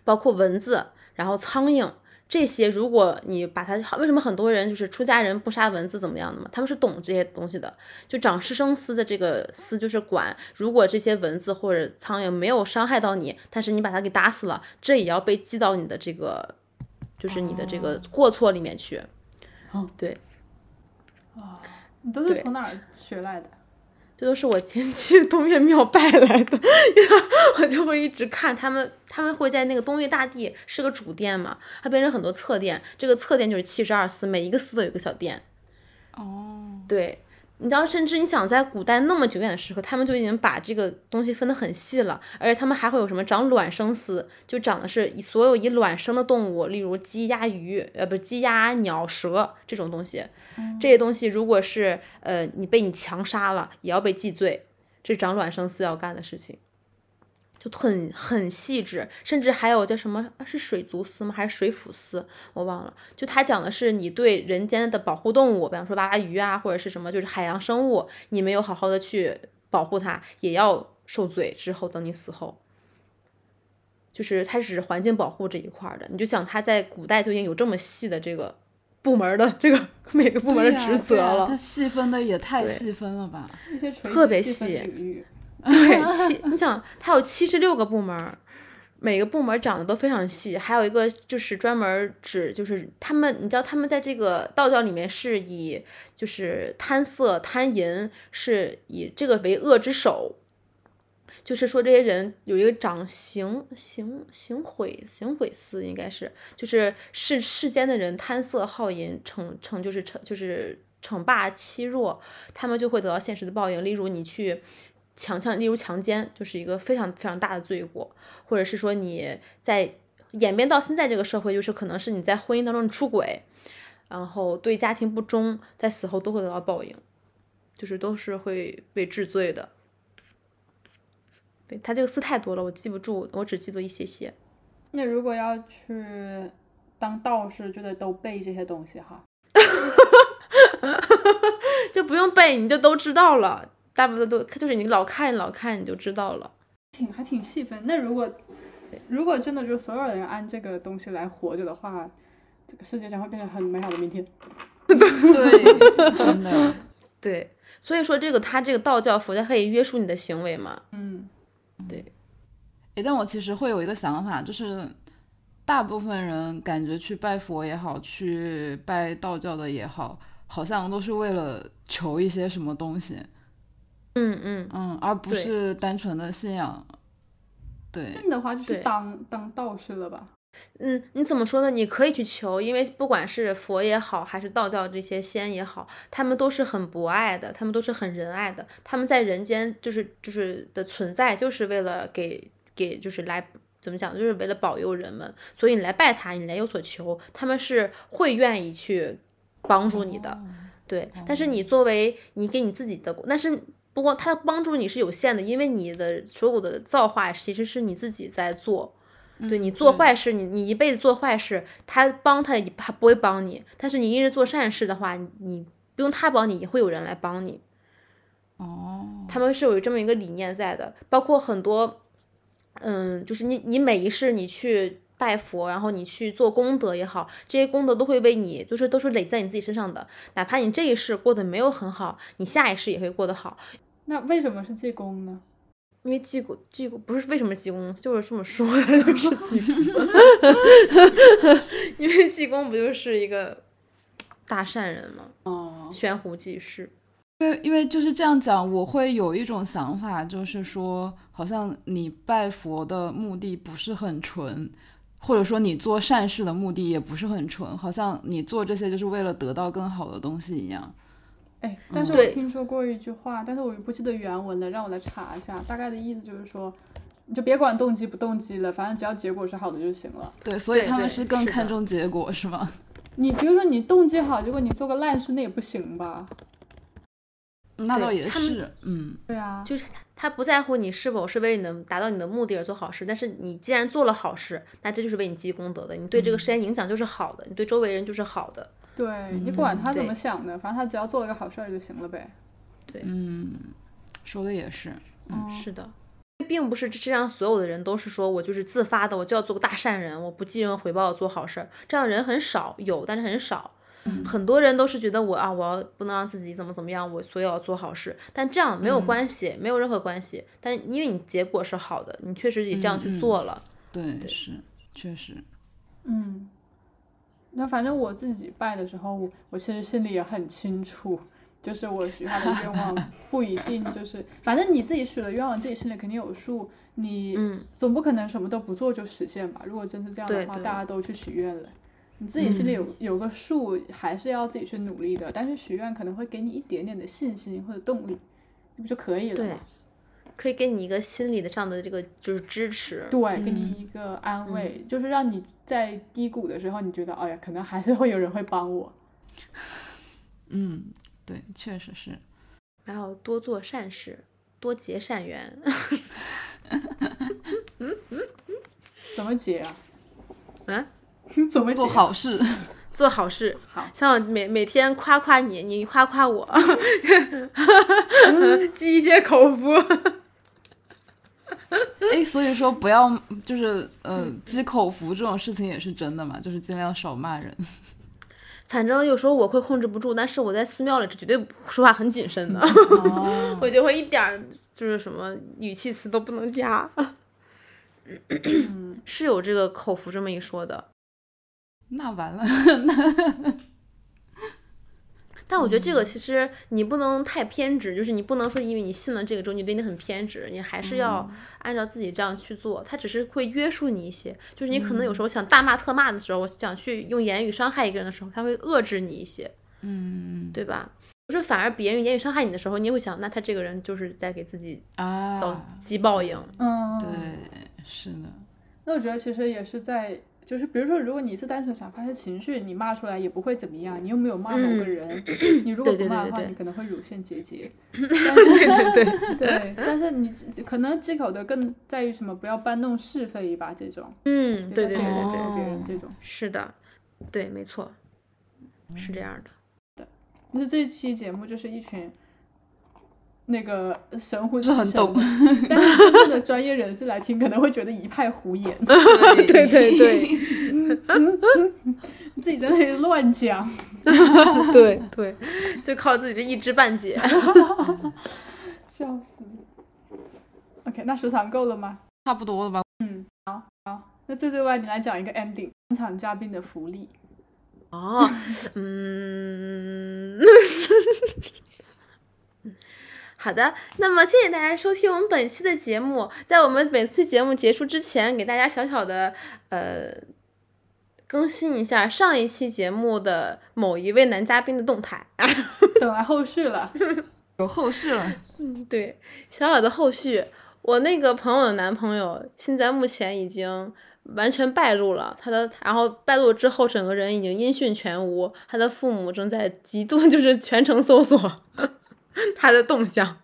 [SPEAKER 4] 包括蚊子，然后苍蝇。这些，如果你把它，为什么很多人就是出家人不杀蚊子怎么样的嘛？他们是懂这些东西的。就长师生司的这个司就是管，如果这些蚊子或者苍蝇没有伤害到你，但是你把它给打死了，这也要被记到你的这个，就是你的这个
[SPEAKER 1] 哦
[SPEAKER 4] 过错里面去。
[SPEAKER 2] 哦
[SPEAKER 4] 对，
[SPEAKER 2] 啊，你都是
[SPEAKER 4] 对
[SPEAKER 2] 从哪儿学来的？
[SPEAKER 4] 这都是我前去 东岳庙拜来的，因为我就会一直看他们，他们会在那个东岳大帝是个主殿嘛，它变成很多侧殿，这个侧殿就是七十二司，每一个司都有一个小殿。嗯
[SPEAKER 1] 哦，
[SPEAKER 4] 对，你知道，甚至你想在古代那么久远的时候，他们就已经把这个东西分得很细了，而且他们还会有什么长卵生丝，就长的是以所有以卵生的动物，例如鸡、鸭、鱼，呃，不是鸡、鸭、鸟、蛇这种东西。这些东西如果是呃你被你强杀了，也要被记罪，这是长卵生丝要干的事情。就很很细致，甚至还有叫什么啊是水族司吗？还是水府司？我忘了。就它讲的是你对人间的保护动物，比方说娃娃鱼啊，或者是什么，就是海洋生物，你没有好好的去保护它，也要受罪。之后等你死后，就是它只是环境保护这一块儿的。你就想它在古代就已经有这么细的这个部门的这个 每个部门
[SPEAKER 1] 对
[SPEAKER 4] 的
[SPEAKER 1] 呀
[SPEAKER 4] 职责
[SPEAKER 1] 对呀啊
[SPEAKER 4] 了，
[SPEAKER 1] 它细分的也太
[SPEAKER 4] 对
[SPEAKER 1] 细分了吧？
[SPEAKER 2] 一些垂
[SPEAKER 4] 特
[SPEAKER 2] 直
[SPEAKER 4] 别
[SPEAKER 2] 细分
[SPEAKER 4] 细
[SPEAKER 2] 领域，
[SPEAKER 4] 对，七，你想，它有七十六个部门儿，每个部门儿长得都非常细，还有一个就是专门儿指，就是他们，你知道他们在这个道教里面是以就是贪色贪淫是以这个为恶之首。就是说，这些人有一个长行行行毁行毁司，应该是就是世世间的人贪色好淫，逞逞就是逞就是逞霸欺弱，他们就会得到现实的报应。例如你去强强，例如强奸，就是一个非常非常大的罪过，或者是说你在演变到现在这个社会，就是可能是你在婚姻当中你出轨，然后对家庭不忠，在死后都会得到报应，就是都是会被治罪的。对他这个词太多了，我记不住，我只记得一些些。
[SPEAKER 2] 那如果要去当道士，就得都背这些东西哈。
[SPEAKER 4] 就不用背，你就都知道了。大部分都就是你老看老看你就知道了。
[SPEAKER 2] 挺还挺细分。那如果如果真的就是所有人按这个东西来活着的话，这个世界将会变成很美好的明天。
[SPEAKER 1] 对，真的。
[SPEAKER 4] 对，所以说这个他这个道教、佛教可以约束你的行为嘛？
[SPEAKER 2] 嗯，
[SPEAKER 1] 诶，但我其实会有一个想法，就是大部分人感觉去拜佛也好，去拜道教的也好，好像都是为了求一些什么东西，
[SPEAKER 4] 嗯嗯，
[SPEAKER 1] 嗯，而不
[SPEAKER 4] 对
[SPEAKER 1] 是单纯的信仰。对，
[SPEAKER 2] 真的话就去
[SPEAKER 4] 对
[SPEAKER 2] 当当道士了吧？
[SPEAKER 4] 嗯，你怎么说呢？你可以去求，因为不管是佛也好，还是道教这些仙也好，他们都是很博爱的，他们都是很仁爱的，他们在人间就是就是的存在，就是为了给给就是来怎么讲，就是为了保佑人们，所以你来拜他，你来有所求，他们是会愿意去帮助你的。对，但是你作为你给你自己的，但是不光他帮助你是有限的，因为你的所有的造化其实是你自己在
[SPEAKER 1] 嗯
[SPEAKER 4] 做。对你做坏事，你你一辈子做坏事，他帮他也他不会帮你，但是你一直做善事的话，你你不用他帮你，也会有人来帮你。
[SPEAKER 1] 哦，
[SPEAKER 4] 他们是有这么一个理念在的，包括很多，嗯，就是你你每一世你去拜佛，然后你去做功德也好，这些功德都会为你，就是都是累在你自己身上的。哪怕你这一世过得没有很好，你下一世也会过得好，
[SPEAKER 2] 那为什么是济公呢？
[SPEAKER 4] 因为济公济公不是为什么济公，就是这么说的，就是济公， 因为济公不就是一个大善人吗？
[SPEAKER 2] 哦，
[SPEAKER 4] 悬壶济世。
[SPEAKER 1] 因为因为就是这样讲，我会有一种想法，就是说，好像你拜佛的目的不是很纯，或者说你做善事的目的也不是很纯，好像你做这些就是为了得到更好的东西一样。
[SPEAKER 2] 哎，但是
[SPEAKER 4] 嗯
[SPEAKER 2] 我
[SPEAKER 4] 对
[SPEAKER 2] 听说过一句话，但是我不记得原文了，让我来查一下，大概的意思就是说，你就别管动机不动机了，反正只要结果是好的就行了。
[SPEAKER 1] 对，所以
[SPEAKER 4] 对
[SPEAKER 1] 他们
[SPEAKER 4] 对
[SPEAKER 1] 是更
[SPEAKER 4] 是的
[SPEAKER 1] 看重结果，是吗？
[SPEAKER 2] 你比如说你动机好，结果你做个烂事，那也不行吧？
[SPEAKER 1] 那
[SPEAKER 4] 对
[SPEAKER 1] 倒也
[SPEAKER 4] 他们
[SPEAKER 1] 是，嗯，
[SPEAKER 2] 对啊，
[SPEAKER 4] 就是他他不在乎你是否是为了你的达到你的目的而做好事，但是你既然做了好事，那这就是为你积功德的，你对这个世间影响就是好的，你对周围人就是好的。
[SPEAKER 2] 对你管他怎么
[SPEAKER 4] 对
[SPEAKER 2] 想的，反正他只要做了个好事儿就行了呗。
[SPEAKER 1] 嗯说的也是，
[SPEAKER 2] 嗯，
[SPEAKER 4] 是的，并不是这样，所有的人都是说我就是自发的，我就要做个大善人，我不计任何回报地做好事儿，这样人很少，有但是很少。很多人都是觉得我啊，我要不能让自己怎么怎么样，我所以要做好事，但这样没有关系，没有任何关系。但因为你结果是好的，你确实也这样
[SPEAKER 1] 嗯嗯
[SPEAKER 4] 去做了，
[SPEAKER 1] 对，是，确实，
[SPEAKER 2] 嗯，那反正我自己拜的时候，我我其实心里也很清楚，就是我许下的愿望不一定就是，反正你自己许的愿望，自己心里肯定有数，你
[SPEAKER 4] 嗯
[SPEAKER 2] 总不可能什么都不做就实现吧？如果真是这样的
[SPEAKER 4] 对
[SPEAKER 2] 话，
[SPEAKER 4] 对嗯
[SPEAKER 2] 大家都去许愿了。你自己心里有有个数，还是要自己去努力的。但是许愿可能会给你一点点的信心或者动力，这不就可以了
[SPEAKER 4] 对
[SPEAKER 2] 吗？，
[SPEAKER 4] 可以给你一个心理的上的这个就是支持。
[SPEAKER 2] 对，给你一个
[SPEAKER 4] 嗯
[SPEAKER 2] 安慰，就是让你在低谷的时候，你觉得，哎呀，可能还是会有人会帮我。
[SPEAKER 1] 嗯，对，确实是，
[SPEAKER 4] 还有多做善事，多结善缘。
[SPEAKER 2] 怎么解啊？
[SPEAKER 4] 啊，
[SPEAKER 2] 怎么解
[SPEAKER 1] 做？好事，
[SPEAKER 4] 做好事，
[SPEAKER 2] 好
[SPEAKER 4] 像我每每天夸夸你，你夸夸 我，积一些口福。
[SPEAKER 1] 哎，所以说不要就是呃，积口福这种事情也是真的嘛，就是尽量少骂人，
[SPEAKER 4] 反正有时候我会控制不住，但是我在寺庙里是绝对不说话很谨慎的，
[SPEAKER 1] 哦，
[SPEAKER 4] 我就会一点儿就是什么语气词都不能加， 是有这个口福这么一说的。
[SPEAKER 1] 那完了，那
[SPEAKER 4] 但我觉得这个其实你不能太偏执，就是你不能说因为你信了这个之后你对你很偏执，你还是要按照自己这样去做。它只是会约束你一些，就是你可能有时候想大骂特骂的时候，我想去用言语伤害一个人的时候，它会遏制你一些，
[SPEAKER 1] 嗯
[SPEAKER 4] 对吧？就是反而别人言语伤害你的时候，你也会想，那他这个人就是在给自己
[SPEAKER 1] 啊，
[SPEAKER 4] 造鸡报应。
[SPEAKER 2] 嗯，
[SPEAKER 1] 对，是的，
[SPEAKER 2] 那我觉得其实也是在，就是比如说，如果你是单纯想发泄情绪，你骂出来也不会怎么样，你又没有骂某个 人，你如果
[SPEAKER 4] 嗯
[SPEAKER 2] 不
[SPEAKER 4] 对对
[SPEAKER 2] 骂的
[SPEAKER 4] 对对
[SPEAKER 2] 话，
[SPEAKER 4] 对
[SPEAKER 2] 你可能会乳腺结 节。但是
[SPEAKER 4] 对，
[SPEAKER 2] 对，但是你可能忌口的更在于什么？不要搬弄是非吧，这种。
[SPEAKER 4] 嗯，对对对对对，
[SPEAKER 1] 哦
[SPEAKER 2] 别人这种。
[SPEAKER 4] 是的，对，没错，是这样的。
[SPEAKER 2] 那这期节目就是一群那个神乎其
[SPEAKER 1] 这
[SPEAKER 2] 神
[SPEAKER 1] 很
[SPEAKER 2] 的
[SPEAKER 1] 懂，
[SPEAKER 2] 但是真正的专业人士来听，可能会觉得一派胡言，
[SPEAKER 1] 对
[SPEAKER 4] 对
[SPEAKER 2] 自己在那里乱讲。
[SPEAKER 4] 对 对，就靠自己这一知半 解。
[SPEAKER 2] 笑死！OK，那时长够了吗？
[SPEAKER 1] 差不多了吧？
[SPEAKER 2] 嗯，好，好。那最最外，你来讲一个 ending，本场嘉宾的福利。
[SPEAKER 4] 哦，嗯， 好的。那么谢谢大家收听我们本期的节目。在我们本次节目结束之前，给大家小小的呃更新一下上一期节目的某一位男嘉宾的动态。
[SPEAKER 2] 等来后续 了，
[SPEAKER 1] 有后事了，
[SPEAKER 4] 对，小小的后续，我那个朋友的男朋友现在目前已经完全败露了，他的然后败露之后，整个人已经音讯全无，他的父母正在极度 就是全程搜索 他的动向，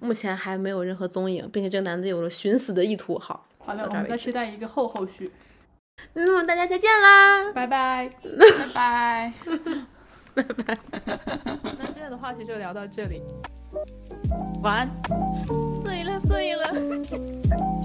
[SPEAKER 4] 目前还没有任何踪影，并且这个男的有了寻死的意图。好，
[SPEAKER 2] 好
[SPEAKER 4] 到
[SPEAKER 2] 的，
[SPEAKER 4] 这
[SPEAKER 2] 我
[SPEAKER 4] 儿
[SPEAKER 2] 们
[SPEAKER 4] 为
[SPEAKER 2] 再
[SPEAKER 4] 止
[SPEAKER 2] 期待一个后后续。
[SPEAKER 4] 那么大家再见啦！
[SPEAKER 2] 拜 拜。
[SPEAKER 1] 拜拜。
[SPEAKER 5] 那今天的话题就聊到这里，晚安。睡了，睡了。